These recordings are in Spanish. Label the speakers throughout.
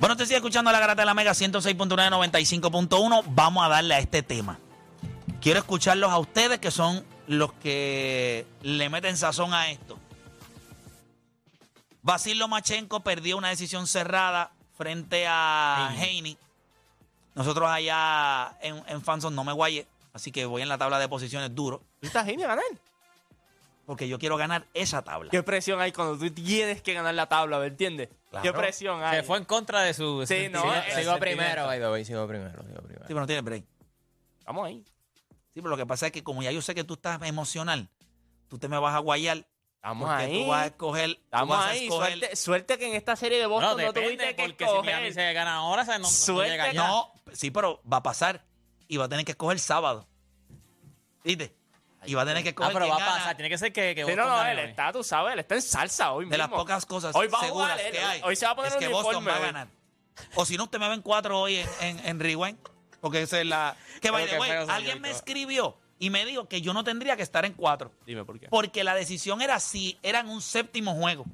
Speaker 1: Bueno, te sigue escuchando la garata de la Mega 106.9, 95.1. Vamos a darle a este tema. Quiero escucharlos a ustedes que son los que le meten sazón a esto. Basil Lomachenko perdió una decisión cerrada frente a Haney. Nosotros allá en, en Fanson no me guayé, así que voy en la tabla de posiciones duro,
Speaker 2: Está genial ganar.
Speaker 1: porque yo quiero ganar esa tabla.
Speaker 2: Qué presión hay cuando tú tienes que ganar la tabla, ¿me entiendes? Qué
Speaker 1: Claro.
Speaker 2: presión hay.
Speaker 3: Se fue en contra de su.
Speaker 2: Sí, no,
Speaker 3: sigo-
Speaker 2: eh,
Speaker 3: sigo
Speaker 2: sentimiento.
Speaker 3: primero, by the way, sigo primero, sigo
Speaker 1: Sí,
Speaker 3: primero.
Speaker 1: pero no tiene break.
Speaker 2: Vamos ahí.
Speaker 1: Sí, pero lo que pasa es que como ya yo sé que tú estás emocional, tú te me vas a guayar
Speaker 2: Vamos
Speaker 1: porque
Speaker 2: ahí.
Speaker 1: tú vas a escoger, tú
Speaker 2: Vamos este,
Speaker 1: vas a
Speaker 2: ahí.
Speaker 1: escoger-
Speaker 2: Suerte, suerte que en esta serie de
Speaker 3: Bueno,
Speaker 2: Boston no,
Speaker 3: depende,
Speaker 2: tuviste que
Speaker 3: porque si Miami
Speaker 2: escoger.
Speaker 3: se gana ahora, o sea, no, no
Speaker 2: Suerte
Speaker 3: llega
Speaker 2: que-
Speaker 3: ya.
Speaker 1: No, sí, pero va a pasar y va a tener que escoger sábado. ¿Viste? Y va a tener que
Speaker 3: Ah,
Speaker 1: escoger
Speaker 3: pero va
Speaker 1: quién
Speaker 3: a pasar.
Speaker 1: gana.
Speaker 3: Tiene que ser que. que
Speaker 2: Sí,
Speaker 3: Boston
Speaker 2: no, no,
Speaker 3: gane
Speaker 2: él
Speaker 3: hoy.
Speaker 2: está, tú sabes, él está en salsa hoy
Speaker 1: De las
Speaker 2: mismo.
Speaker 1: pocas cosas
Speaker 2: Hoy va a
Speaker 1: seguras
Speaker 2: jugar, él,
Speaker 1: que hay
Speaker 2: hoy se va a poner
Speaker 1: es que
Speaker 2: el
Speaker 1: Boston
Speaker 2: uniforme
Speaker 1: va a
Speaker 2: hoy.
Speaker 1: ganar. O si no, usted me ven cuatro hoy en, en, en Rewind. Porque esa es la... Que, by
Speaker 3: Creo
Speaker 1: the
Speaker 3: que
Speaker 1: way,
Speaker 3: feo soy
Speaker 1: alguien
Speaker 3: yo,
Speaker 1: me
Speaker 3: yo.
Speaker 1: escribió y me dijo que yo no tendría que estar en cuatro.
Speaker 2: Dime por qué.
Speaker 1: Porque la decisión era si eran un séptimo juego.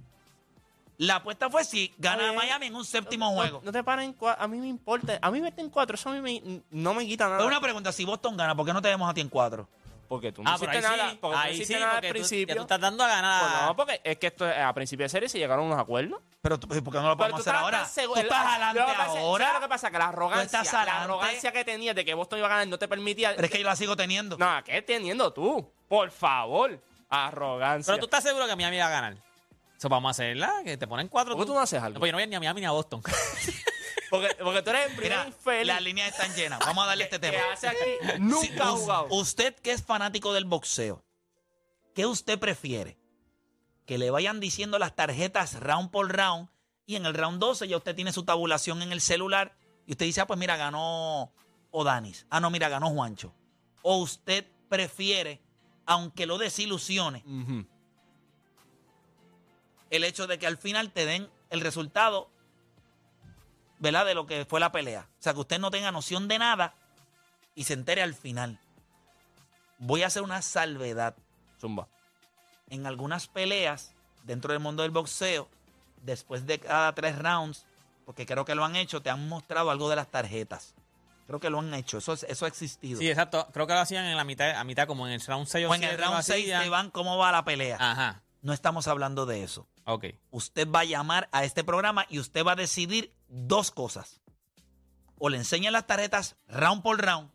Speaker 1: La apuesta fue si gana
Speaker 2: Está bien.
Speaker 1: Miami en un séptimo
Speaker 2: No-
Speaker 1: juego.
Speaker 2: No, te paren, en cua- a mí me importa. A mí vete en cuatro, eso a mí me- no me quita nada.
Speaker 1: Pero una pregunta, si Boston gana, ¿por qué no te vemos a ti en cuatro?
Speaker 2: Porque tú no
Speaker 3: Ah, pero
Speaker 2: hiciste
Speaker 3: ahí
Speaker 2: nada,
Speaker 3: sí.
Speaker 2: porque tú no
Speaker 3: Ahí
Speaker 2: hiciste
Speaker 3: sí,
Speaker 2: nada al
Speaker 3: porque tú, ya tú
Speaker 2: principio.
Speaker 3: estás dando a
Speaker 2: Pues no,
Speaker 3: ganar.
Speaker 2: porque es que esto, eh, a principio de serie se llegaron a unos acuerdos.
Speaker 1: Pero tú- ¿por qué no lo podemos hacer ahora? Tú estás adelante
Speaker 2: Lo que pasa- ¿sabes lo que
Speaker 1: ahora.
Speaker 2: pasa? Que la arrogancia,
Speaker 1: estás
Speaker 2: la
Speaker 1: adelante.
Speaker 2: arrogancia que tenías de que Boston iba a ganar no te permitía.
Speaker 1: Pero es que yo la sigo teniendo.
Speaker 2: No, ¿qué teniendo tú? Por favor. Arrogancia.
Speaker 3: pero tú estás seguro que Miami va a ganar. Eso vamos a hacerla, que te ponen cuatro.
Speaker 2: ¿Por qué tú no haces algo?
Speaker 3: pues yo no voy a ir ni a Miami ni a Boston.
Speaker 2: porque, porque tú eres el primer
Speaker 1: Mira,
Speaker 2: infeliz
Speaker 1: las líneas están llenas. Vamos a darle este
Speaker 2: que
Speaker 1: tema.
Speaker 2: hace aquí
Speaker 1: Si
Speaker 2: nunca ha
Speaker 1: us-
Speaker 2: jugado.
Speaker 1: Usted que es fanático del boxeo, ¿qué usted prefiere? Que le vayan diciendo las tarjetas round por round y en el round 12 ya usted tiene su tabulación en el celular y usted dice, ah, pues mira, ganó Odanis. Ah, no, mira, ganó Juancho. O usted prefiere, aunque lo desilusione,
Speaker 2: Ujú.
Speaker 1: el hecho de que al final te den el resultado, ¿verdad? De lo que fue la pelea. O sea, que usted no tenga noción de nada y se entere al final. Voy a hacer una salvedad.
Speaker 2: Zumba.
Speaker 1: En algunas peleas dentro del mundo del boxeo, después de cada tres rounds, porque creo que lo han hecho, te han mostrado algo de las tarjetas. Creo que lo han hecho. Eso, es- eso ha existido.
Speaker 3: sí, exacto. Creo que lo hacían en la mitad, a mitad como en el round 6 o
Speaker 1: o Pues en el
Speaker 3: siete lo
Speaker 1: round 6
Speaker 3: hacían.
Speaker 1: te van cómo va la pelea.
Speaker 3: Ajá,
Speaker 1: No estamos hablando de eso.
Speaker 3: ok.
Speaker 1: usted va a llamar a este programa y usted va a decidir dos cosas. O le enseñan las tarjetas round por round,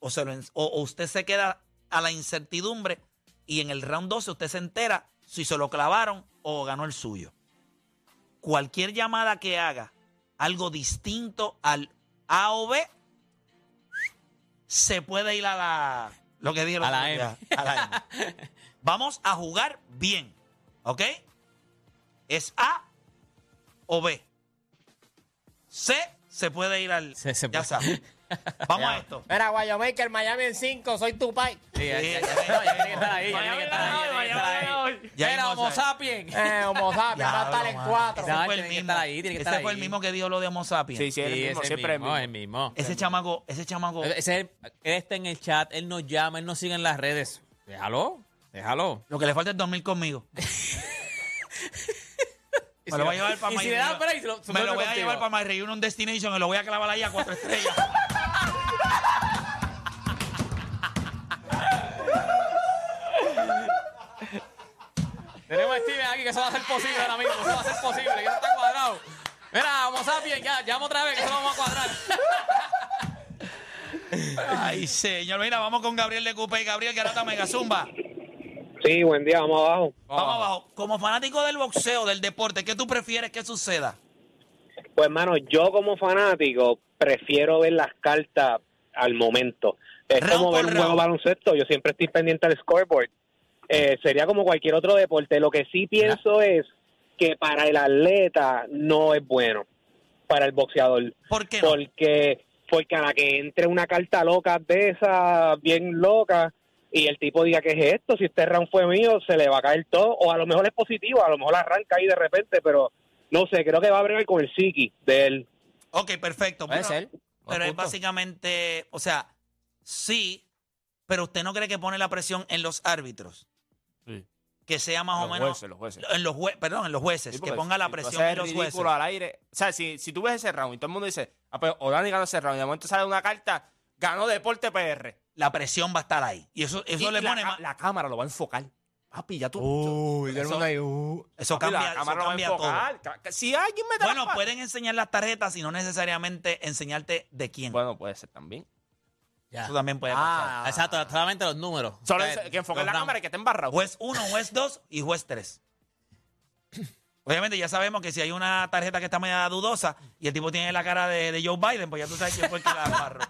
Speaker 1: o, se lo ens- o- o usted se queda a la incertidumbre y en el round 12 usted se entera si se lo clavaron o ganó el suyo. Cualquier llamada que haga algo distinto al A o B, se puede ir a la... Lo que dije el
Speaker 3: A
Speaker 1: otro
Speaker 3: la
Speaker 1: día, a la M. Vamos a jugar bien, ¿ok? ¿Es A o B? C se puede ir al...
Speaker 3: Se- se
Speaker 1: ya
Speaker 3: puede.
Speaker 1: sabes. Vamos a esto. Eh,
Speaker 4: Mira, Guayomaker, Miami en 5, soy tu pai.
Speaker 3: Sí, ya,
Speaker 1: Sí,
Speaker 3: ya, ya,
Speaker 1: ya,
Speaker 3: no, ya
Speaker 1: ya,
Speaker 3: tiene que estar ahí, ya tiene
Speaker 2: Miami
Speaker 3: que estar ahí,
Speaker 2: ganó
Speaker 3: ya
Speaker 2: hoy,
Speaker 3: tiene que estar
Speaker 2: Miami ganó
Speaker 3: ahí.
Speaker 2: hoy.
Speaker 1: Ya
Speaker 3: Era
Speaker 1: mismo
Speaker 3: Homo
Speaker 1: sabes.
Speaker 3: sapiens.
Speaker 4: Eh, homo sapiens, va a estar
Speaker 1: Diablo,
Speaker 4: en
Speaker 1: mano.
Speaker 4: 4.
Speaker 1: Ese
Speaker 3: No,
Speaker 1: fue el
Speaker 3: tiene que
Speaker 1: mismo.
Speaker 3: estar ahí, tiene que
Speaker 1: Ese
Speaker 3: estar
Speaker 1: fue
Speaker 3: ahí.
Speaker 1: el mismo que dio lo de Homo sapiens.
Speaker 2: Sí, sí,
Speaker 3: Sí,
Speaker 2: el mismo,
Speaker 3: ese
Speaker 2: siempre el
Speaker 3: mismo,
Speaker 2: mismo.
Speaker 3: el mismo.
Speaker 1: Ese chamaco, ese chamaco.
Speaker 3: Ese es el- él está en el chat, él nos llama, él nos sigue en las redes. Déjalo, déjalo.
Speaker 1: Lo que le falta es dormir conmigo.
Speaker 3: Y
Speaker 1: Me lo
Speaker 3: si lo-
Speaker 1: voy a llevar para
Speaker 3: y si le da play, se lo- se
Speaker 1: Me lo
Speaker 3: duerme
Speaker 1: voy a
Speaker 3: contigo.
Speaker 1: llevar para My Reunion Destination y lo voy a clavar ahí a cuatro estrellas.
Speaker 3: Tenemos a Steven aquí que eso va a ser posible ahora mismo. Eso va a ser posible, que eso está cuadrado. Mira, Homo sapiens, ya, llama otra vez que eso lo vamos a cuadrar.
Speaker 1: Ay, señor. Mira, vamos con Gabriel de Coupé. Gabriel Garata Mega Zumba.
Speaker 5: Sí, buen día, vamos abajo.
Speaker 1: Vamos abajo. Como fanático del boxeo, del deporte, ¿qué tú prefieres que suceda?
Speaker 5: Pues, hermano, yo como fanático prefiero ver las cartas al momento. Es
Speaker 1: Round
Speaker 5: como
Speaker 1: por
Speaker 5: ver un
Speaker 1: round.
Speaker 5: juego de baloncesto, yo siempre estoy pendiente al scoreboard. Eh, sería como cualquier otro deporte. Lo que sí pienso es que para el atleta no es bueno, para el boxeador.
Speaker 1: ¿Por qué no?
Speaker 5: Porque, porque a la que entre una carta loca de esa, bien loca, y el tipo diga que es esto, si este round fue mío, se le va a caer todo, o a lo mejor es positivo, a lo mejor arranca ahí de repente, pero no sé, creo que va a bregar con el psiqui de él.
Speaker 1: Ok, perfecto.
Speaker 4: Puede
Speaker 1: Bueno,
Speaker 4: ser.
Speaker 1: Pero es básicamente, o sea, sí, pero usted no cree que pone la presión en los árbitros.
Speaker 2: Sí.
Speaker 1: Que sea más o
Speaker 2: Los
Speaker 1: menos.
Speaker 2: jueces, los jueces.
Speaker 1: En los jue- perdón, en los jueces.
Speaker 2: Sí,
Speaker 1: que
Speaker 2: porque
Speaker 1: ponga la
Speaker 2: si tú
Speaker 1: presión
Speaker 2: haces
Speaker 1: en los
Speaker 2: ridículo
Speaker 1: jueces.
Speaker 2: al aire. O sea, si, si tú ves ese round y todo el mundo dice, ah, pues O'Dani ganó ese round y de momento sale una carta, ganó Deporte PR.
Speaker 1: La presión va a estar ahí. Y eso, eso
Speaker 2: y
Speaker 1: le
Speaker 2: la,
Speaker 1: pone
Speaker 2: ca-
Speaker 1: más.
Speaker 2: la cámara lo va a enfocar. Papi, ya tú.
Speaker 4: Uy, todo el mundo ahí, uh.
Speaker 1: Eso
Speaker 2: papi,
Speaker 1: cambia,
Speaker 2: la
Speaker 1: eso
Speaker 2: cámara lo va a
Speaker 1: cambia todo.
Speaker 2: enfocar. Ca- ca- Si alguien me da
Speaker 1: Bueno,
Speaker 2: la pa-
Speaker 1: pueden enseñar las tarjetas y no necesariamente enseñarte de quién.
Speaker 2: Bueno, puede ser también.
Speaker 1: Eso también puede pasar.
Speaker 4: Ah, exacto, solamente los números.
Speaker 2: Solo
Speaker 4: Eh,
Speaker 2: es- que enfoque
Speaker 4: los
Speaker 2: la
Speaker 4: rounds.
Speaker 2: cámara y que esté embarrado.
Speaker 1: Juez 1, juez 2 y juez 3. Obviamente ya sabemos que si hay una tarjeta que está media dudosa y el tipo tiene la cara de, de Joe Biden, pues ya tú sabes quién fue el que la embarró.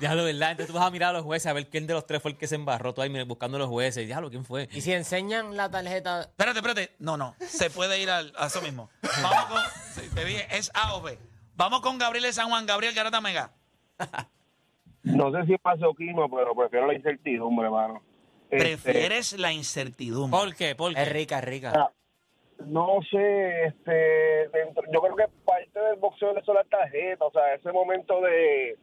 Speaker 6: Diablo, ¿verdad? Entonces tú vas a mirar a los jueces a ver quién de los tres fue el que se embarró. Tú ahí mira, buscando a los jueces. Diablo, ¿quién fue?
Speaker 4: Y si enseñan la tarjeta.
Speaker 1: Espérate, espérate. No, no. Se puede ir al- a eso mismo. Vamos con... sí, te dije, es A o B. Vamos con Gabriel de San Juan. Gabriel Garata Mega.
Speaker 7: No sé si es pasoquismo, pero prefiero la incertidumbre, mano. Este,
Speaker 1: ¿Prefieres la incertidumbre?
Speaker 6: ¿Por qué?
Speaker 4: Es
Speaker 6: ¿Por qué?
Speaker 4: rica, es rica.
Speaker 7: Ah, No sé, este, dentro- yo creo que parte del boxeo son las tarjetas, o sea, ese momento de,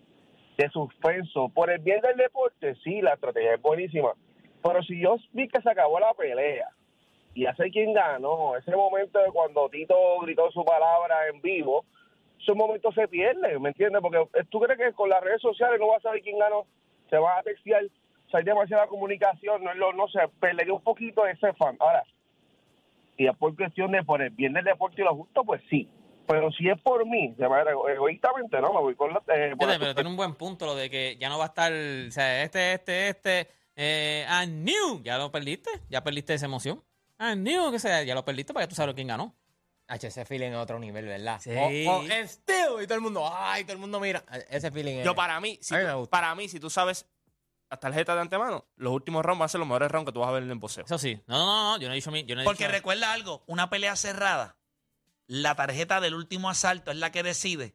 Speaker 7: de suspenso. Por el bien del deporte, sí, la estrategia es buenísima. Pero si yo vi que se acabó la pelea y ya sé quién ganó, ese momento de cuando Tito gritó su palabra en vivo, esos momentos se pierden, ¿me entiendes? Porque eh, tú crees que con las redes sociales no vas a saber quién ganó, se van a textear, o sea, hay demasiada comunicación, no, es lo- no sé, perdería un poquito de ese fan. Ahora, si es por cuestión de por el bien del deporte y lo justo, pues sí. Pero si es por mí, de manera ego- egoístamente, no, me voy con la... eh, por la-
Speaker 6: Fíjate, pero tiene un buen punto lo de que ya no va a estar, o sea, este, este, este, eh, ah, new, ya lo perdiste, ya perdiste esa emoción. Ah, new, que sea, ya lo perdiste para que tú sabes quién ganó.
Speaker 4: H, ese feeling es otro nivel, ¿verdad? Oh, eh,
Speaker 6: Sí.
Speaker 4: O- o- and still, y todo el mundo, ah. ay, todo el mundo mira. Ese feeling es.
Speaker 2: Yo para mí, si
Speaker 4: A mí
Speaker 2: tú-
Speaker 4: me gusta.
Speaker 2: para mí, si tú sabes las tarjetas de antemano, los últimos rounds van a ser los mejores rounds que tú vas a ver en el boxeo.
Speaker 6: Eso sí, no, no, no, yo no he dicho mi, yo no he
Speaker 1: Porque
Speaker 6: dicho-
Speaker 1: recuerda algo, una pelea cerrada, la tarjeta del último asalto es la que decide.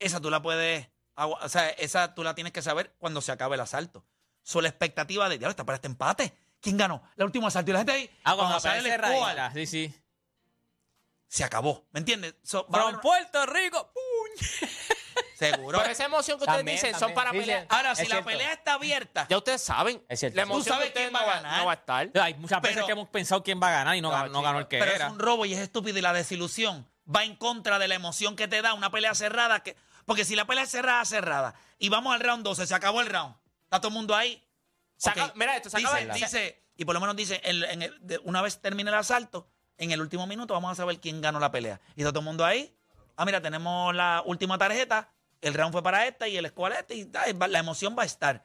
Speaker 1: Esa tú la puedes, agu- o sea, esa tú la tienes que saber cuando se acabe el asalto. So, la expectativa de, diablo, está para este empate. ¿Quién ganó? El último asalto. Y la gente ahí,
Speaker 6: Ah, cuando
Speaker 1: sale
Speaker 6: aparece
Speaker 1: el score,
Speaker 6: Raíla, sí, sí.
Speaker 1: se acabó. ¿Me entiendes? So, va a haber
Speaker 6: From
Speaker 1: una-
Speaker 6: Puerto Rico, puñ.
Speaker 1: seguro.
Speaker 2: Pero esa emoción que ustedes
Speaker 4: También,
Speaker 2: dicen son
Speaker 4: también.
Speaker 2: para
Speaker 4: Sí, sí.
Speaker 2: pelear.
Speaker 1: Ahora,
Speaker 4: Es
Speaker 1: si la
Speaker 4: cierto.
Speaker 1: pelea está abierta,
Speaker 2: Ya ustedes saben.
Speaker 4: Es cierto.
Speaker 2: La
Speaker 4: Tú
Speaker 2: emoción
Speaker 1: sabes
Speaker 2: que ustedes
Speaker 1: quién va
Speaker 2: no
Speaker 1: a ganar.
Speaker 2: no va a estar.
Speaker 6: Hay muchas veces
Speaker 1: Pero-
Speaker 6: que hemos pensado quién va a ganar y no,
Speaker 2: No,
Speaker 6: ganó, no ganó el que
Speaker 1: pero
Speaker 6: era.
Speaker 1: es un robo y es estúpido y la desilusión va en contra de la emoción que te da una pelea cerrada. Que, porque si la pelea es cerrada, cerrada, y vamos al round 12, se acabó el round, está todo el mundo ahí.
Speaker 2: Se
Speaker 1: Ok.
Speaker 2: acaba- mira esto, se
Speaker 1: dice,
Speaker 2: acaba el-
Speaker 1: dice, y por lo menos dice, el- en el- de- una vez termine el asalto, en el último minuto vamos a saber quién ganó la pelea. Y está todo el mundo ahí. Ah, mira, tenemos la última tarjeta, el round fue para esta y el score este, y tal, va- la emoción va a estar.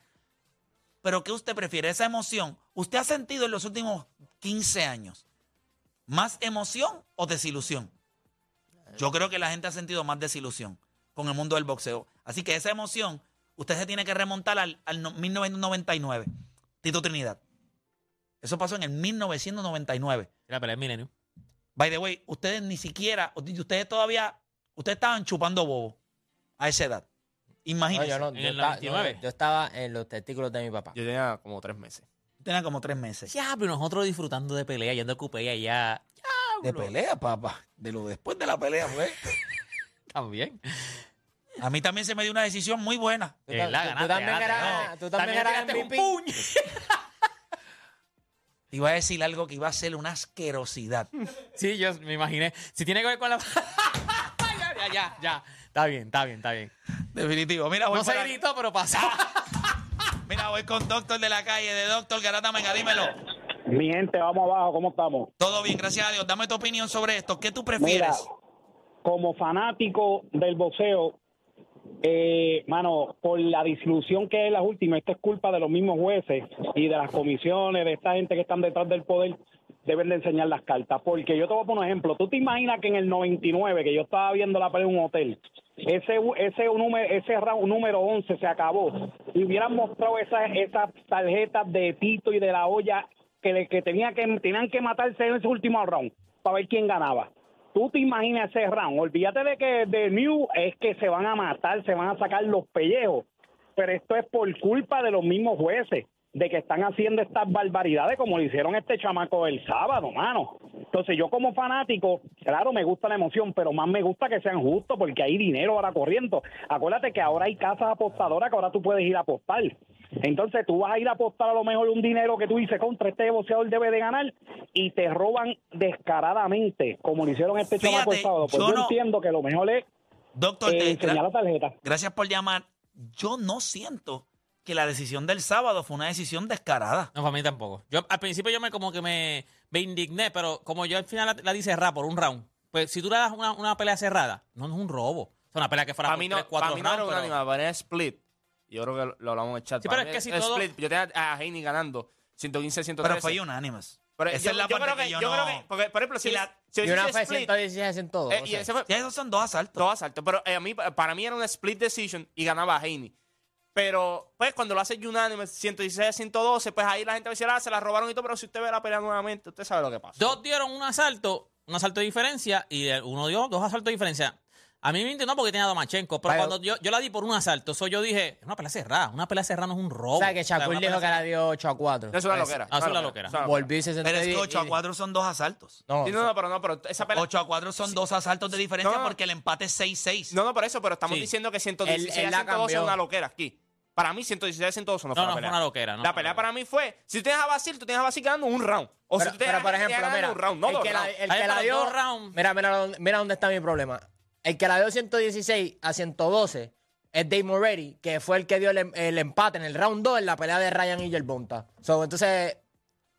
Speaker 1: Pero ¿qué usted prefiere? Esa emoción, ¿usted ha sentido en los últimos 15 años más emoción o desilusión? Yo creo que la gente ha sentido más desilusión con el mundo del boxeo. Así que esa emoción, usted se tiene que remontar al, al no- 1999, Tito Trinidad. Eso pasó en el 1999.
Speaker 6: La pelea es Milenio.
Speaker 1: By the way, ustedes ni siquiera, ustedes todavía, ustedes estaban chupando bobo a esa edad.
Speaker 4: No,
Speaker 1: Imagínense.
Speaker 4: yo no,
Speaker 6: en
Speaker 4: yo,
Speaker 6: el
Speaker 4: estaba,
Speaker 6: 99.
Speaker 4: yo- yo estaba en los testículos de mi papá.
Speaker 2: Yo tenía como tres meses.
Speaker 1: Tenían como tres meses.
Speaker 6: Diablo, y nosotros disfrutando de pelea, yendo a cupé y allá
Speaker 1: De pelea, papá. De lo después de la pelea, pues.
Speaker 6: también.
Speaker 1: A mí también se me dio una decisión muy buena.
Speaker 4: Tú,
Speaker 6: Eh,
Speaker 4: ta-
Speaker 6: la
Speaker 4: tú- tú
Speaker 6: ganaste,
Speaker 4: también
Speaker 6: ganaste,
Speaker 4: eras,
Speaker 6: no.
Speaker 4: tú también
Speaker 6: También
Speaker 4: eras
Speaker 6: tiraste un
Speaker 4: MVP.
Speaker 1: Te iba a decir algo que iba a ser una asquerosidad.
Speaker 6: Sí, yo me imaginé. Si tiene que ver con la. ya, ya, ya, ya. Está bien, está bien, está bien.
Speaker 1: Definitivo. Mira, voy
Speaker 6: No se
Speaker 1: para-
Speaker 6: gritó, pero pasaba.
Speaker 1: Mira, voy con Doctor de la calle, de Doctor Garata Mega, dímelo.
Speaker 7: Mi gente, vamos abajo, ¿cómo estamos?
Speaker 1: Todo bien, gracias a Dios. Dame tu opinión sobre esto. ¿Qué tú prefieres?
Speaker 7: como fanático del boxeo, eh, mano, por la disolución que es la última, esto es culpa de los mismos jueces y de las comisiones, de esta gente que están detrás del poder.
Speaker 8: deben de enseñar las cartas. Porque yo te voy a poner un ejemplo. Tú te imaginas que en el 99, que yo estaba viendo la pelea en un hotel, ese ese número, ese round número 11 se acabó y hubieran mostrado esas esas tarjetas de Tito y de la olla que, le- que, tenía que tenían que matarse en ese último round para ver quién ganaba. Tú te imaginas ese round. Olvídate de que de New es que se van a matar, se van a sacar los pellejos. Pero esto es por culpa de los mismos jueces, de que están haciendo estas barbaridades como lo hicieron este chamaco el sábado, mano. Entonces yo como fanático, claro, me gusta la emoción, pero más me gusta que sean justos porque hay dinero ahora corriendo. Acuérdate que ahora hay casas apostadoras que ahora tú puedes ir a apostar. Entonces tú vas a ir a apostar a lo mejor un dinero que tú dices contra este boxeador debe de ganar y te roban descaradamente como lo hicieron este
Speaker 1: Fíjate,
Speaker 8: chamaco el sábado. Pues
Speaker 1: yo
Speaker 8: yo,
Speaker 1: no-
Speaker 8: entiendo que lo mejor es
Speaker 1: Doctor,
Speaker 8: eh,
Speaker 1: te- gra-
Speaker 8: enseñar la tarjeta.
Speaker 1: gracias por llamar. Yo no siento que la decisión del sábado fue una decisión descarada.
Speaker 6: No, para mí tampoco. Yo al principio yo me como que me, me indigné, pero como yo al final la, la di cerrar por un round. Pues si tú le das una, una pelea cerrada, no, no es un robo. Es una pelea que fuera
Speaker 2: Para
Speaker 6: por
Speaker 2: mí no,
Speaker 6: tres,
Speaker 2: para
Speaker 6: cuatro
Speaker 2: mí no era
Speaker 6: rounds, pero-
Speaker 2: unánime, para mí era split. Yo creo que lo, lo hablamos en el chat.
Speaker 6: Sí,
Speaker 2: Para
Speaker 6: pero
Speaker 2: mí
Speaker 6: es que si todo-
Speaker 2: split. Yo tenía a Haney ganando 115, 113.
Speaker 1: Pero fue unánime.
Speaker 2: Pero
Speaker 1: Esa
Speaker 2: yo,
Speaker 1: es la
Speaker 2: yo
Speaker 1: parte
Speaker 2: creo
Speaker 1: que
Speaker 2: que,
Speaker 1: yo
Speaker 2: yo creo
Speaker 1: no-
Speaker 2: que- porque, por ejemplo, si,
Speaker 1: Y la-
Speaker 2: si
Speaker 4: Y una
Speaker 2: hubiese
Speaker 4: fue
Speaker 2: split,
Speaker 4: 116 en todo.
Speaker 2: eh,
Speaker 4: o
Speaker 2: y
Speaker 4: sea.
Speaker 2: ese fue
Speaker 1: Ya esos son dos asaltos.
Speaker 2: todo asalto, pero eh, a mí, para mí era una split decision y ganaba Haney. Pero, pues, cuando lo hace unánime, 116 112, pues ahí la gente va a decir, ah, se la robaron y todo, pero si usted ve la pelea nuevamente, usted sabe lo que pasa.
Speaker 6: Dos dieron un asalto, un asalto de diferencia, y el uno dio dos asaltos de diferencia. A mí me indignó porque tenía a Domachenko, pero
Speaker 4: Vaya.
Speaker 6: cuando yo, yo la di por un asalto, eso yo dije, es una pelea cerrada, una pelea cerrada no es un robo.
Speaker 4: O sea, que Shakur
Speaker 6: una
Speaker 4: dijo que
Speaker 6: pelea
Speaker 4: la dio 8 a 4.
Speaker 2: Eso
Speaker 1: Pues,
Speaker 2: es lo que era.
Speaker 6: Ah, eso es la loquera.
Speaker 4: Volví 60
Speaker 1: Pero es
Speaker 4: y-
Speaker 1: que 8 a
Speaker 4: y-
Speaker 1: 4 son dos asaltos.
Speaker 4: No,
Speaker 2: Sí, no, no, pero no, pero esa pelea.
Speaker 1: 8 a 4 son dos asaltos de diferencia
Speaker 2: No, no.
Speaker 1: porque el empate es 6-6.
Speaker 2: No, no, por eso, pero estamos
Speaker 6: Sí.
Speaker 2: diciendo que 116
Speaker 4: Él- él la
Speaker 2: 112 es
Speaker 4: cambió.
Speaker 2: una loquera aquí. Para mí, 116 112 no fue
Speaker 6: No,
Speaker 2: una
Speaker 6: no, fue
Speaker 2: pelea.
Speaker 6: una loquera, no
Speaker 2: la
Speaker 6: fue
Speaker 2: pelea
Speaker 6: una
Speaker 2: para mí fue, si tú tienes a Basil, tú tienes a Basil ganando un round. O
Speaker 4: pero,
Speaker 2: si tú tienes
Speaker 4: pero,
Speaker 2: a
Speaker 4: por
Speaker 2: Henry, tienes
Speaker 4: ejemplo,
Speaker 2: a ganando
Speaker 4: mira,
Speaker 2: un round, no
Speaker 4: el
Speaker 2: dos
Speaker 4: que la,
Speaker 2: rounds.
Speaker 4: el
Speaker 6: Ahí
Speaker 4: que la
Speaker 6: fueron
Speaker 4: dio,
Speaker 6: dos rounds.
Speaker 4: mira, mira, dónde- mira dónde está mi problema. El que la dio 116 a 112 es Dave Moretti, que fue el que dio el, em- el empate en el round 2 en la pelea de Ryan y Yerbonta. So, entonces,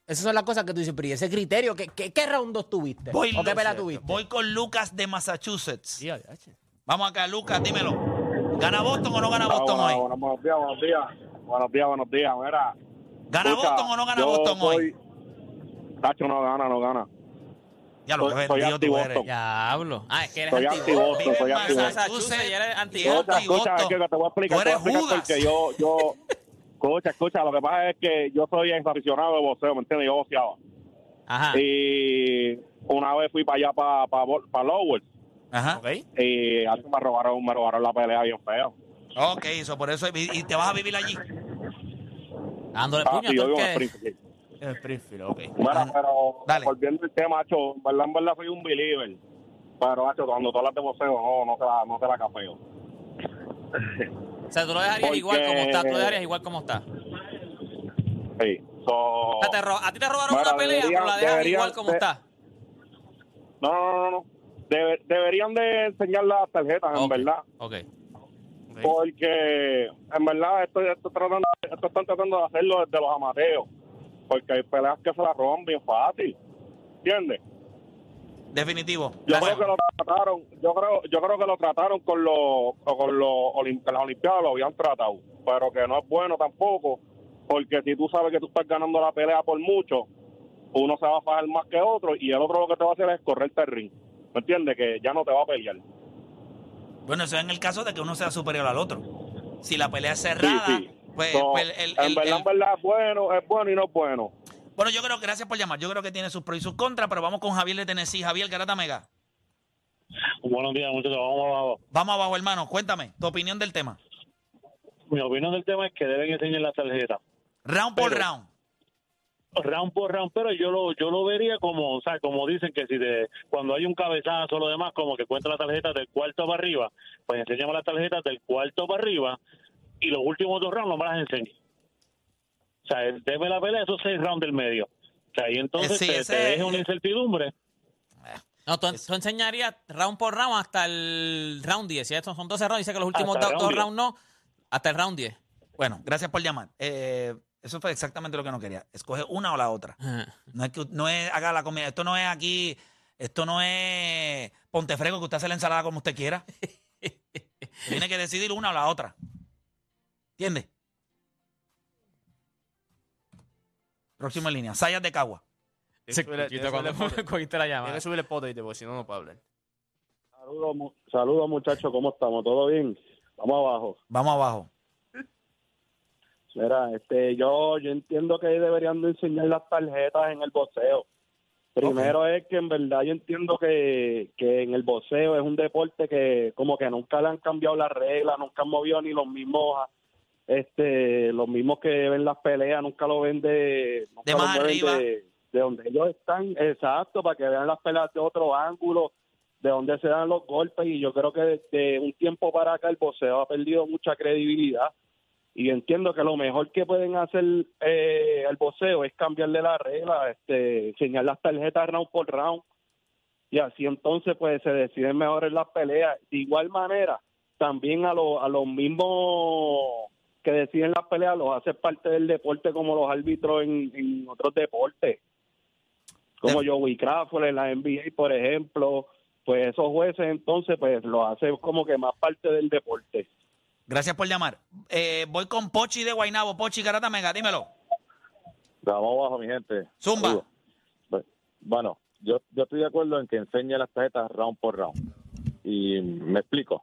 Speaker 4: esas son las cosas que tú dices, pero ¿y ese criterio? ¿Qué, qué, qué round 2 tuviste?
Speaker 1: Voy,
Speaker 4: ¿O qué
Speaker 1: Lucas.
Speaker 4: pelea tuviste?
Speaker 1: Voy con Lucas de Massachusetts. Vamos acá, Lucas, dímelo. ¿Gana Boston o no gana Boston
Speaker 9: Ah,
Speaker 1: hoy?
Speaker 9: bueno, buenos días, buenos días. Buenos días, buenos días. Mira,
Speaker 1: ¿Gana
Speaker 9: escucha,
Speaker 1: Boston o no gana
Speaker 9: yo
Speaker 1: Boston hoy?
Speaker 9: soy- Tacho no gana, no gana.
Speaker 1: Ya lo
Speaker 9: soy-
Speaker 1: que
Speaker 9: soy
Speaker 1: vendido tú
Speaker 9: anti-Boston.
Speaker 1: eres.
Speaker 6: Diablo. Ah, es que eres
Speaker 9: Soy
Speaker 6: antiguo.
Speaker 9: anti-Boston,
Speaker 6: Vive
Speaker 9: soy
Speaker 6: en
Speaker 9: anti-Boston.
Speaker 6: Massachusetts y eres antiguo.
Speaker 9: Escucha, escucha, es
Speaker 1: Boston.
Speaker 9: que te voy a explicar,
Speaker 1: Tú
Speaker 9: te voy a
Speaker 1: eres
Speaker 9: explicar
Speaker 1: Judas.
Speaker 9: porque yo, yo, escucha, escucha, lo que pasa es que yo soy aficionado de boxeo, ¿me entiendes? Yo boxeaba.
Speaker 6: Ajá.
Speaker 9: Y una vez fui para allá, para, para, para Lowell,
Speaker 1: Ajá.
Speaker 2: Ok.
Speaker 9: y así me robaron, me robaron la pelea bien feo.
Speaker 1: Ok, eso, por eso. Y, y te vas a vivir allí.
Speaker 6: Dándole
Speaker 9: Ah,
Speaker 6: puño
Speaker 9: sí, yo
Speaker 6: a
Speaker 9: vivo
Speaker 6: todo
Speaker 9: en
Speaker 6: el que...
Speaker 9: Springfield.
Speaker 2: En Springfield, ok.
Speaker 9: Bueno, pero
Speaker 1: Dale.
Speaker 9: volviendo al tema, macho, en verdad, en verdad soy un believer. Pero, macho, cuando tú hablas de boxeo, no, no te la, no te la capeo.
Speaker 6: O sea, tú lo dejarías
Speaker 9: Porque-
Speaker 6: igual como está. Tú lo dejarías igual como está. O
Speaker 9: Sí. So,
Speaker 6: sea, te ro- a ti te robaron
Speaker 9: Mira,
Speaker 6: una pelea,
Speaker 9: deberían-
Speaker 6: pero la dejas
Speaker 9: deberían
Speaker 6: igual como
Speaker 9: de-
Speaker 6: está.
Speaker 9: no, no, no, no. Debe- deberían de enseñar las tarjetas, en
Speaker 6: Ok,
Speaker 9: verdad.
Speaker 6: Ok.
Speaker 9: Porque en verdad esto, esto, tratan- esto están tratando de hacerlo desde los amateos. Porque hay peleas que se la roban bien fácil. ¿Entiendes?
Speaker 1: Definitivo.
Speaker 9: Yo creo que lo trataron, yo creo, yo creo que lo trataron con los o con los olim- con las olimpiadas lo habían tratado, pero que no es bueno tampoco, porque si tú sabes que tú estás ganando la pelea por mucho, uno se va a fajar más que otro y el otro lo que te va a hacer es correrte el ring. ¿Me entiendes? Que ya no te va a pelear.
Speaker 1: Eh, Bueno, eso es en el caso de que uno sea superior al otro. Si la pelea es cerrada,
Speaker 9: Sí, sí.
Speaker 1: pues,
Speaker 9: So,
Speaker 1: pues el- el-
Speaker 9: en
Speaker 1: el-
Speaker 9: verdad, en verdad es bueno, es bueno y no es bueno.
Speaker 1: Bueno, yo creo, gracias por llamar. Yo creo que tiene sus pros y sus contras, pero vamos con Javier de Tennessee. Javier Garata Mega.
Speaker 9: Buenos días, muchachos. Vamos abajo.
Speaker 1: Vamos abajo, hermano. Cuéntame tu opinión del tema.
Speaker 9: Mi opinión del tema es que deben enseñar las tarjetas.
Speaker 1: Round por
Speaker 9: Pero-
Speaker 1: round.
Speaker 9: round por round, pero yo lo yo lo vería como, o sea, como dicen que si de, cuando hay un cabezazo o lo demás, como que cuenta la tarjeta del cuarto para arriba, pues enseñamos las tarjetas del cuarto para arriba y los últimos dos rounds no me las enseñen. O sea, el tema de la pelea, esos seis rounds del medio. O sea, y entonces
Speaker 1: Eh, Sí,
Speaker 9: te,
Speaker 1: ese
Speaker 9: te
Speaker 1: es-
Speaker 9: deja una incertidumbre.
Speaker 6: No, tú, tú enseñarías round por round hasta el round 10. Si estos son 12 rounds, dice que los últimos
Speaker 9: Hasta
Speaker 6: do-
Speaker 9: round
Speaker 6: dos
Speaker 9: 10.
Speaker 6: rounds no, hasta el round 10.
Speaker 1: Bueno, gracias por llamar. Eh, eso fue exactamente lo que no quería. Escoge una o la otra.
Speaker 6: Ajá.
Speaker 1: No es que no es haga la comida. Esto no es aquí. Esto no es Pontefresco que usted hace la ensalada como usted quiera. Tiene que decidir una o la otra. ¿Entiende? Próxima línea. Sayas de Cagua.
Speaker 2: Tienes que subirle-
Speaker 6: Coquito,
Speaker 2: tienes que subirle
Speaker 6: cuando
Speaker 2: foto.
Speaker 6: cogiste la llamada.
Speaker 2: Tienes que subirle foto y te porque si no, no puedo hablar.
Speaker 3: Saludos, mu- saludos muchachos, ¿cómo estamos? ¿Todo bien? Vamos abajo.
Speaker 1: Vamos abajo.
Speaker 3: Mira, este, yo, yo entiendo que deberían de enseñar las tarjetas en el boxeo. Primero es que en verdad yo entiendo que, que en el boxeo es un deporte que como que nunca le han cambiado las reglas, nunca han movido ni los mismos, este, los mismos que ven las peleas, nunca lo ven de, nunca
Speaker 1: De
Speaker 3: lo
Speaker 1: más
Speaker 3: mueven
Speaker 1: arriba.
Speaker 3: de, de donde ellos están, exacto, para que vean las peleas de otro ángulo, de donde se dan los golpes y yo creo que desde un tiempo para acá el boxeo ha perdido mucha credibilidad y yo entiendo que lo mejor que pueden hacer eh, el boxeo es cambiarle la regla, este, enseñar las tarjetas round por round y así entonces pues se deciden mejor en las peleas. De igual manera, también a, los a los mismos que deciden las peleas los hace parte del deporte como los árbitros en, en otros deportes, como
Speaker 1: De-
Speaker 3: Joey Crawford en la NBA, por ejemplo, pues esos jueces entonces pues los hace como que más parte del deporte.
Speaker 1: Gracias por llamar. Eh, voy con Pochi de Guainabo. Pochi Garata Mega, dímelo.
Speaker 3: Vamos abajo, mi gente.
Speaker 1: Zumba.
Speaker 3: Saludos. Bu- Bueno, yo, yo estoy de acuerdo en que enseñe las tarjetas round por round. Y me explico.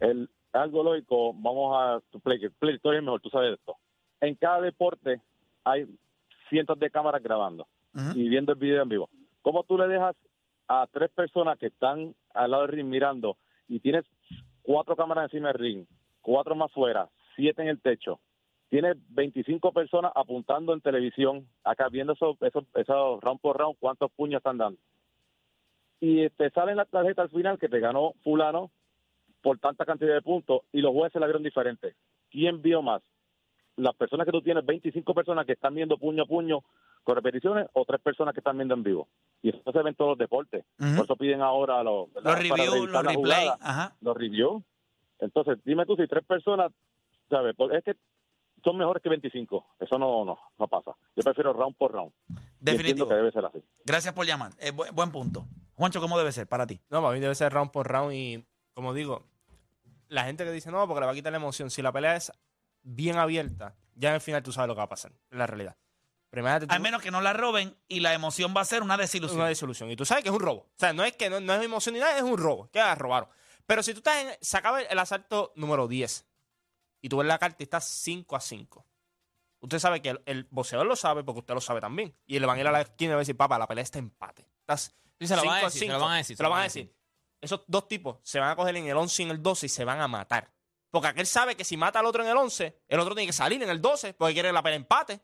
Speaker 3: El, algo lógico, vamos a... Tú, play, play, tú eres mejor, tú sabes de esto. En cada deporte hay cientos de cámaras grabando
Speaker 1: Ujú.
Speaker 3: y viendo el video en vivo. ¿Cómo tú le dejas a tres personas que están al lado del ring mirando y tienes cuatro cámaras encima del ring, cuatro más fuera, siete en el techo? Tienes 25 personas apuntando en televisión, acá viendo esos, esos, esos round por round, cuántos puños están dando. Y este, te salen las tarjetas al final que te ganó fulano por tanta cantidad de puntos y los jueces la vieron diferente. ¿Quién vio más? Las personas que tú tienes, 25 personas que están viendo puño a puño con repeticiones o tres personas que están viendo en vivo. Y eso se ve en todos los deportes.
Speaker 1: Ujú.
Speaker 3: Por eso piden ahora los, ¿verdad?
Speaker 1: Los
Speaker 3: Para
Speaker 1: reviews,
Speaker 3: revisar
Speaker 1: los
Speaker 3: la
Speaker 1: replays.
Speaker 3: jugada
Speaker 1: Ajá.
Speaker 3: los review. Entonces, dime tú si tres personas, ¿sabes? Por- Es que son mejores que 25. Eso no, no, no pasa. Yo prefiero round por round. Y Entiendo
Speaker 1: Definitivo.
Speaker 3: que debe ser así.
Speaker 1: Gracias por llamar. Eh, bu- buen punto. Juancho, ¿cómo debe ser para ti?
Speaker 2: No, para mí debe ser round por round y, como digo, la gente que dice no, porque le va a quitar la emoción. Si la pelea es bien abierta, ya al final tú sabes lo que va a pasar, es la realidad. Primero
Speaker 1: Al menos que no la roben y la emoción va a ser una desilusión.
Speaker 2: una disolución. Y tú sabes que es un robo. O sea, no es que no, no es emoción ni nada, es un robo. Que la robaron. Pero si tú estás en, se acaba el, el asalto número 10 y tú ves la carta y estás 5 a 5. Usted sabe que el, el boxeador lo sabe porque usted lo sabe también. Y le van a ir a la esquina y va a decir, papá, la pelea está empate. Estás
Speaker 6: Sí, se lo van a
Speaker 2: 5
Speaker 6: decir, se lo van a decir,
Speaker 2: Se lo van a decir. Esos dos tipos se van a coger en el 11 y en el 12 y se van a matar. Porque aquel sabe que si mata al otro en el 11, el otro tiene que salir en el 12 porque quiere la pelea empate.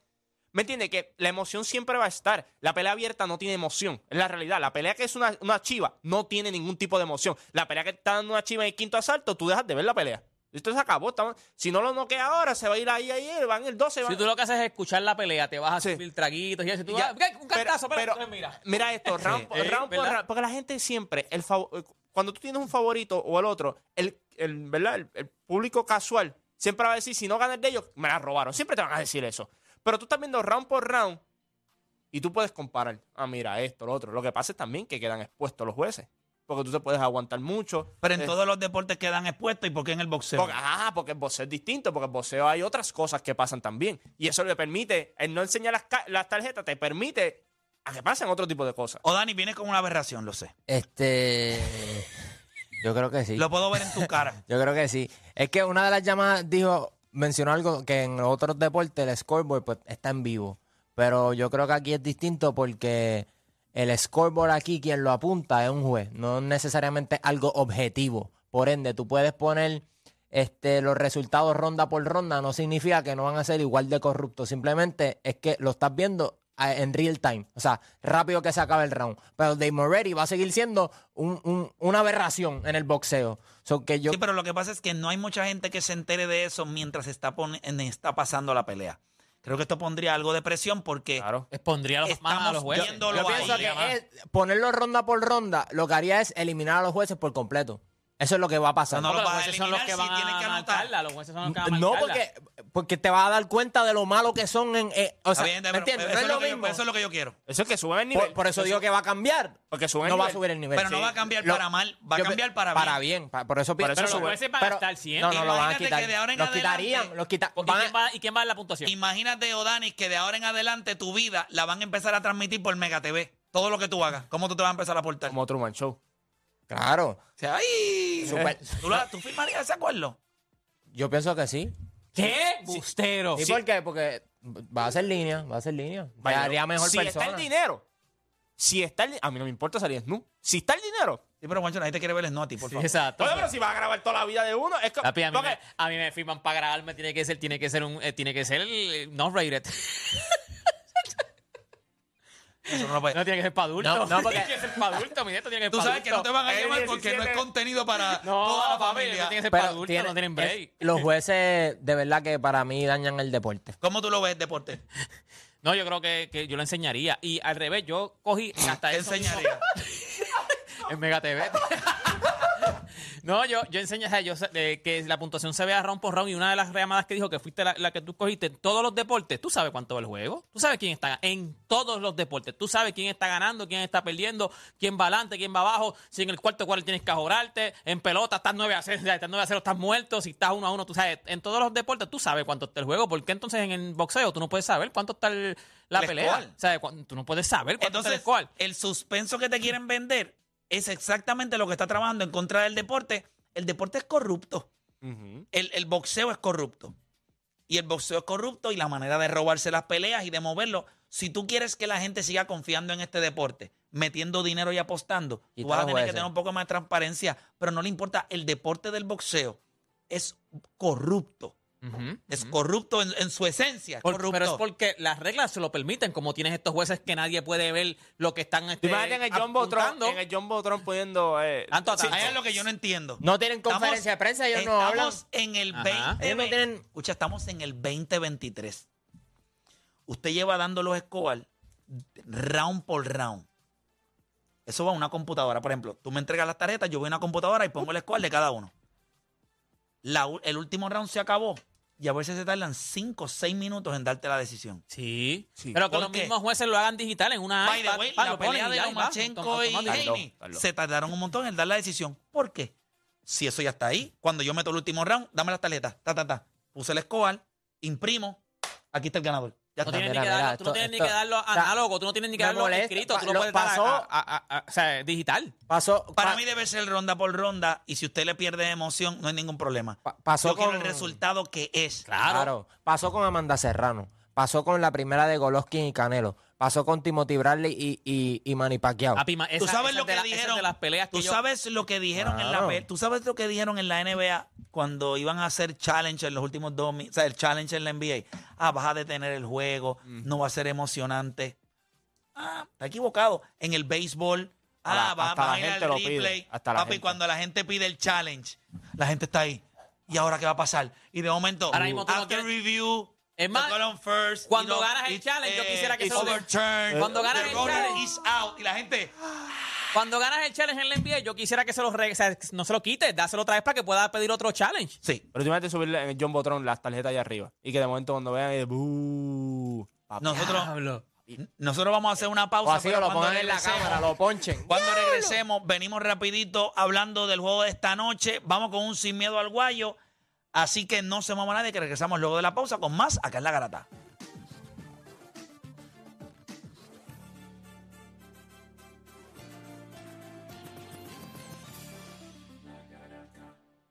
Speaker 2: ¿Me entiendes? Que la emoción siempre va a estar. La pelea abierta no tiene emoción. Es la realidad. La pelea que es una, una chiva no tiene ningún tipo de emoción. La pelea que está dando una chiva en el quinto asalto, tú dejas de ver la pelea. Esto se acabó. estamos- si no lo noquea ahora, se va a ir ahí, ahí, él va en el 12. va-
Speaker 6: Si tú lo que haces es escuchar la pelea, te vas a
Speaker 2: Sí.
Speaker 6: servir traguitos y eso. y Tú
Speaker 2: Ya,
Speaker 6: vas, "Ve, un cantazo,
Speaker 2: pero-
Speaker 6: pero,
Speaker 2: pero-
Speaker 6: mira.
Speaker 2: Mira esto, round, por-
Speaker 6: Eh,
Speaker 2: round por
Speaker 6: ¿verdad?
Speaker 2: round. Porque la gente siempre, el fav- eh, cuando tú tienes un favorito o el otro, el, el- ¿verdad? El, el público casual siempre va a decir, si no ganas de ellos, me la robaron. Siempre te van a decir eso. Pero tú estás viendo round por round y tú puedes comparar. Ah, mira, esto, lo otro. Lo que pasa es también que quedan expuestos los jueces. Porque tú te puedes aguantar mucho.
Speaker 1: Pero en
Speaker 2: Eh,
Speaker 1: todos los deportes quedan expuestos. ¿Y por qué en el boxeo?
Speaker 4: ah,
Speaker 2: porque, ajá, porque el boxeo es distinto, porque el boxeo hay otras cosas que pasan también. Y eso le permite, el no enseñar las, ca- las tarjetas, te permite a que pasen otro tipo de cosas.
Speaker 1: O Dani, vienes con una aberración, lo sé.
Speaker 4: Este. Yo creo que sí.
Speaker 1: Lo puedo ver en tu cara.
Speaker 4: Yo creo que sí. Es que una de las llamadas dijo, mencionó algo que en otros deportes el scoreboard pues, está en vivo. Pero yo creo que aquí es distinto porque el scoreboard aquí, quien lo apunta es un juez, no es necesariamente algo objetivo. Por ende, tú puedes poner este, los resultados ronda por ronda, no significa que no van a ser igual de corruptos. Simplemente es que lo estás viendo a- en real time. O sea, rápido que se acaba el round. Pero Dave Moretti va a seguir siendo un- un- una aberración en el boxeo. So, que yo
Speaker 1: Sí, pero lo que pasa es que no hay mucha gente que se entere de eso mientras está, pon- en- está pasando la pelea. Creo que esto pondría algo de presión porque
Speaker 2: Claro.
Speaker 6: Expondría los más a los
Speaker 1: estamos
Speaker 6: jueces.
Speaker 1: viéndolo
Speaker 4: Yo pienso
Speaker 1: ahí.
Speaker 4: que es- ponerlo ronda por ronda lo que haría es eliminar a los jueces por completo. Eso es lo que va a pasar.
Speaker 1: No, no,
Speaker 6: los
Speaker 1: lo vas a
Speaker 6: jueces son los que
Speaker 1: eliminar
Speaker 6: van
Speaker 1: si tienen que
Speaker 6: a
Speaker 1: anotar.
Speaker 6: marcarla. Los jueces son los que van a
Speaker 4: No,
Speaker 6: marcarla.
Speaker 4: porque, porque te vas a dar cuenta de lo malo que son en. eh, o
Speaker 1: Está
Speaker 4: sea,
Speaker 1: bien,
Speaker 4: ¿me
Speaker 1: pero-
Speaker 4: entiendes?
Speaker 1: pero
Speaker 4: No es
Speaker 1: eso
Speaker 4: lo
Speaker 1: es lo que yo-
Speaker 4: mismo.
Speaker 1: Eso es lo que yo quiero.
Speaker 2: Eso es que sube el nivel.
Speaker 4: Por, por eso digo que va a cambiar.
Speaker 2: Porque sube el
Speaker 4: No va a
Speaker 2: nivel.
Speaker 4: subir el nivel.
Speaker 1: Pero no va a cambiar para mal, va a
Speaker 4: Yo-
Speaker 1: cambiar para bien.
Speaker 4: Para bien, pa- por eso pi-
Speaker 2: Pero eso
Speaker 6: los
Speaker 2: sube.
Speaker 6: jueces van a estar siempre.
Speaker 4: No, no, lo van a
Speaker 1: Imagínate
Speaker 4: quitar.
Speaker 1: que de ahora en
Speaker 4: los
Speaker 1: adelante-
Speaker 4: quitarían, los quita-
Speaker 6: Porque
Speaker 4: van a-
Speaker 6: ¿quién va, ¿Y quién va a dar la puntuación?
Speaker 1: Imagínate, Odanis, que de ahora en adelante tu vida la van a empezar a transmitir por Mega TV. Todo lo que tú hagas. ¿Cómo tú te vas a empezar a portar?
Speaker 2: Como Truman Show.
Speaker 4: Claro.
Speaker 1: O sea, ¡ay!
Speaker 4: Super-
Speaker 1: ¿Tú, la- tú firmarías ese acuerdo?
Speaker 4: Yo pienso que sí.
Speaker 6: ¿Qué? Bustero.
Speaker 4: ¿Y por qué? Porque va a ser línea, va a ser línea. Te
Speaker 2: Vaya,
Speaker 4: haría mejor
Speaker 2: si
Speaker 4: persona.
Speaker 2: está el dinero. Si está el... A mí no me importa salir snu. Si está el dinero.
Speaker 1: Sí, pero Juancho, nadie te quiere ver el Noti, por favor.
Speaker 6: Exacto.
Speaker 2: Oye, pero si vas a grabar toda la vida de uno, es que...
Speaker 6: Papi, a, mí
Speaker 2: porque-
Speaker 6: me, a mí me firman para grabarme, tiene que ser, tiene que ser un, eh, tiene que ser eh, no rated.
Speaker 1: Eso no lo puede-
Speaker 6: No tiene que ser para adultos.
Speaker 4: No, no, porque-
Speaker 6: tiene que ser para adultos, mi nieto tiene que ser
Speaker 1: Tú
Speaker 6: pa'
Speaker 1: sabes que no te
Speaker 6: adultos.
Speaker 1: van a
Speaker 2: El
Speaker 1: llamar porque no es
Speaker 2: 17.
Speaker 1: contenido para toda
Speaker 6: No,
Speaker 1: la
Speaker 6: papi,
Speaker 1: familia.
Speaker 6: eso tiene que ser
Speaker 4: Pero
Speaker 6: para adultos,
Speaker 4: tiene-
Speaker 6: no tienen
Speaker 4: es-
Speaker 6: break.
Speaker 4: los jueces, de verdad que para mí dañan el deporte.
Speaker 1: ¿Cómo tú lo ves, deporte?
Speaker 6: No, yo creo que, que yo lo enseñaría. Y al revés, yo cogí hasta
Speaker 1: ¿Qué
Speaker 6: eso mismo
Speaker 1: enseñaría?
Speaker 6: en Mega TV. no, yo, yo enseño, o sea, yo sé, eh, que la puntuación se vea round por round y una de las llamadas que dijo que fuiste la, la que tú cogiste en todos los deportes, tú sabes cuánto va el juego, tú sabes quién está en todos los deportes, tú sabes quién está ganando, quién está perdiendo, quién va adelante, quién va abajo, si en el cuarto cuarto tienes que ajorarte, en pelota estás 9 a 0, o sea, estás 9 a 0, estás muerto, si estás 1 a 1, tú sabes, en todos los deportes tú sabes cuánto está el juego, porque entonces en el boxeo tú no puedes saber cuánto está el- la
Speaker 1: El
Speaker 6: pelea,
Speaker 1: score.
Speaker 6: o sea, cu- tú no puedes saber cuánto está
Speaker 1: Entonces,
Speaker 6: el score.
Speaker 1: el suspenso que te quieren vender es exactamente lo que está trabajando en contra del deporte. El deporte es corrupto.
Speaker 2: Ujú.
Speaker 1: El, el boxeo es corrupto. Y el boxeo es corrupto y la manera de robarse las peleas y de moverlo. Si tú quieres que la gente siga confiando en este deporte, metiendo dinero y apostando,
Speaker 4: Y
Speaker 1: tú vas a
Speaker 4: todos
Speaker 1: tener que
Speaker 4: jueces.
Speaker 1: tener un poco más de transparencia. Pero no le importa, el deporte del boxeo es corrupto.
Speaker 6: Ujú,
Speaker 1: Es
Speaker 6: ujú.
Speaker 1: corrupto en, en su esencia. es
Speaker 6: Por-
Speaker 1: corrupto.
Speaker 6: pero es porque las reglas se lo permiten, como tienes estos jueces que nadie puede ver lo que están
Speaker 2: Tú
Speaker 6: este,
Speaker 2: imagínate en el John Eh,
Speaker 6: apuntando.
Speaker 2: Botron, en el John Botron pudiendo... Eh,
Speaker 6: Tanto a
Speaker 1: Sí,
Speaker 6: tanto.
Speaker 1: ahí es lo que yo no entiendo.
Speaker 4: No tienen
Speaker 1: Estamos-
Speaker 4: conferencia de prensa, ellos no hablan.
Speaker 1: Estamos en el
Speaker 6: Ajá.
Speaker 1: 20.
Speaker 4: Ellos no tienen-
Speaker 1: Escucha, estamos en el 2023. Usted lleva dando los Escobar round por round. Eso va a una computadora. Por ejemplo, tú me entregas las tarjetas, yo voy a una computadora y pongo el Escobar de cada uno. La u- el último round se acabó y a veces se tardan 5 o 6 minutos en darte la decisión.
Speaker 6: Sí, pero que
Speaker 1: ¿Por
Speaker 6: los
Speaker 1: qué?
Speaker 6: mismos jueces lo hagan digital en una
Speaker 1: By the
Speaker 6: iPad,
Speaker 1: way,
Speaker 6: pa,
Speaker 1: la
Speaker 6: lo ponen
Speaker 1: pelea de
Speaker 6: y ya, y va,
Speaker 1: Lomachenko y
Speaker 6: automático.
Speaker 1: Haney
Speaker 2: tardó.
Speaker 1: se tardaron un montón en dar la decisión. ¿Por qué? Si eso ya está ahí. Cuando yo meto el último round, dame las tarjetas. Ta, ta, ta. Puse el escobar, imprimo. Aquí está el ganador. Ya
Speaker 6: No
Speaker 1: está.
Speaker 6: tienes ni
Speaker 4: Mira,
Speaker 6: que
Speaker 4: mira,
Speaker 6: darlo, tú no
Speaker 4: esto-
Speaker 6: tienes ni
Speaker 4: esto-
Speaker 6: que darlo
Speaker 4: o sea,
Speaker 6: análogo, tú no tienes ni que
Speaker 4: me
Speaker 6: darlo
Speaker 4: molesta,
Speaker 6: escrito, tú
Speaker 4: pa-
Speaker 6: lo
Speaker 4: lo
Speaker 6: puedes dar a-
Speaker 4: pasó-
Speaker 6: a- a- a- o sea, digital.
Speaker 4: Pasó,
Speaker 1: Para
Speaker 4: pa-
Speaker 1: mí debe ser ronda por ronda y si usted le pierde emoción, no hay ningún problema.
Speaker 4: pa- pasó
Speaker 1: Yo quiero
Speaker 4: con-
Speaker 1: el resultado que es.
Speaker 4: Claro. Pasó con Amanda Serrano. Pasó con la primera de Golovkin y Canelo. Pasó con Timothy Bradley y, y, y Manny Pacquiao.
Speaker 6: Papi, ma-
Speaker 1: Tú
Speaker 6: esa-
Speaker 1: sabes
Speaker 6: esa
Speaker 1: lo
Speaker 6: es
Speaker 1: que
Speaker 6: de la- esa es
Speaker 1: dijeron.
Speaker 6: de las peleas que
Speaker 1: Tú
Speaker 6: yo-
Speaker 1: sabes lo que dijeron en la
Speaker 4: Claro.
Speaker 1: pe- Tú sabes lo que dijeron en la NBA cuando iban a hacer challenge en los últimos dos mi- O sea, el challenge en la NBA. Ah, vas a detener el juego,
Speaker 6: Mm.
Speaker 1: no va a ser emocionante. Ah, está equivocado. En el béisbol.
Speaker 2: A la-
Speaker 1: Ah, va,
Speaker 2: hasta
Speaker 1: van
Speaker 2: la
Speaker 1: a ir al
Speaker 2: gente lo pide,
Speaker 1: replay.
Speaker 2: hasta la
Speaker 1: Papi,
Speaker 2: gente.
Speaker 1: cuando la gente pide el challenge, la gente está ahí. ¿Y ahora qué va a pasar? Y de momento,
Speaker 6: Ahora mismo tú no
Speaker 1: after
Speaker 6: tienes-
Speaker 1: review,
Speaker 6: Es más,
Speaker 1: the call on first,
Speaker 6: cuando
Speaker 1: y no-
Speaker 6: ganas el
Speaker 1: y-
Speaker 6: challenge, yo
Speaker 1: eh,
Speaker 6: quisiera que
Speaker 1: it's
Speaker 6: eso-
Speaker 1: overturned,
Speaker 6: Cuando ganas
Speaker 1: the
Speaker 6: el
Speaker 1: runner
Speaker 6: challenge-
Speaker 1: is out, y la gente...
Speaker 6: Cuando ganas el challenge en la NBA, yo quisiera que se lo re- o sea, que no se lo quites, dáselo otra vez para que pueda pedir otro challenge.
Speaker 1: Sí,
Speaker 2: Pero tú imagínate subirle en el John Botron las tarjetas allá arriba. Y que de momento cuando vean... eh, "Bú, papi".
Speaker 1: Nosotros, nosotros vamos a hacer una pausa.
Speaker 4: o así
Speaker 1: pero
Speaker 4: o lo
Speaker 1: cuando
Speaker 4: pongan en la
Speaker 1: regresemos-
Speaker 4: cámara, lo ponchen.
Speaker 1: Cuando regresemos, venimos rapidito hablando del juego de esta noche. Vamos con un sin miedo al guayo. Así que no se mueva nadie, que regresamos luego de la pausa con más acá en la garata.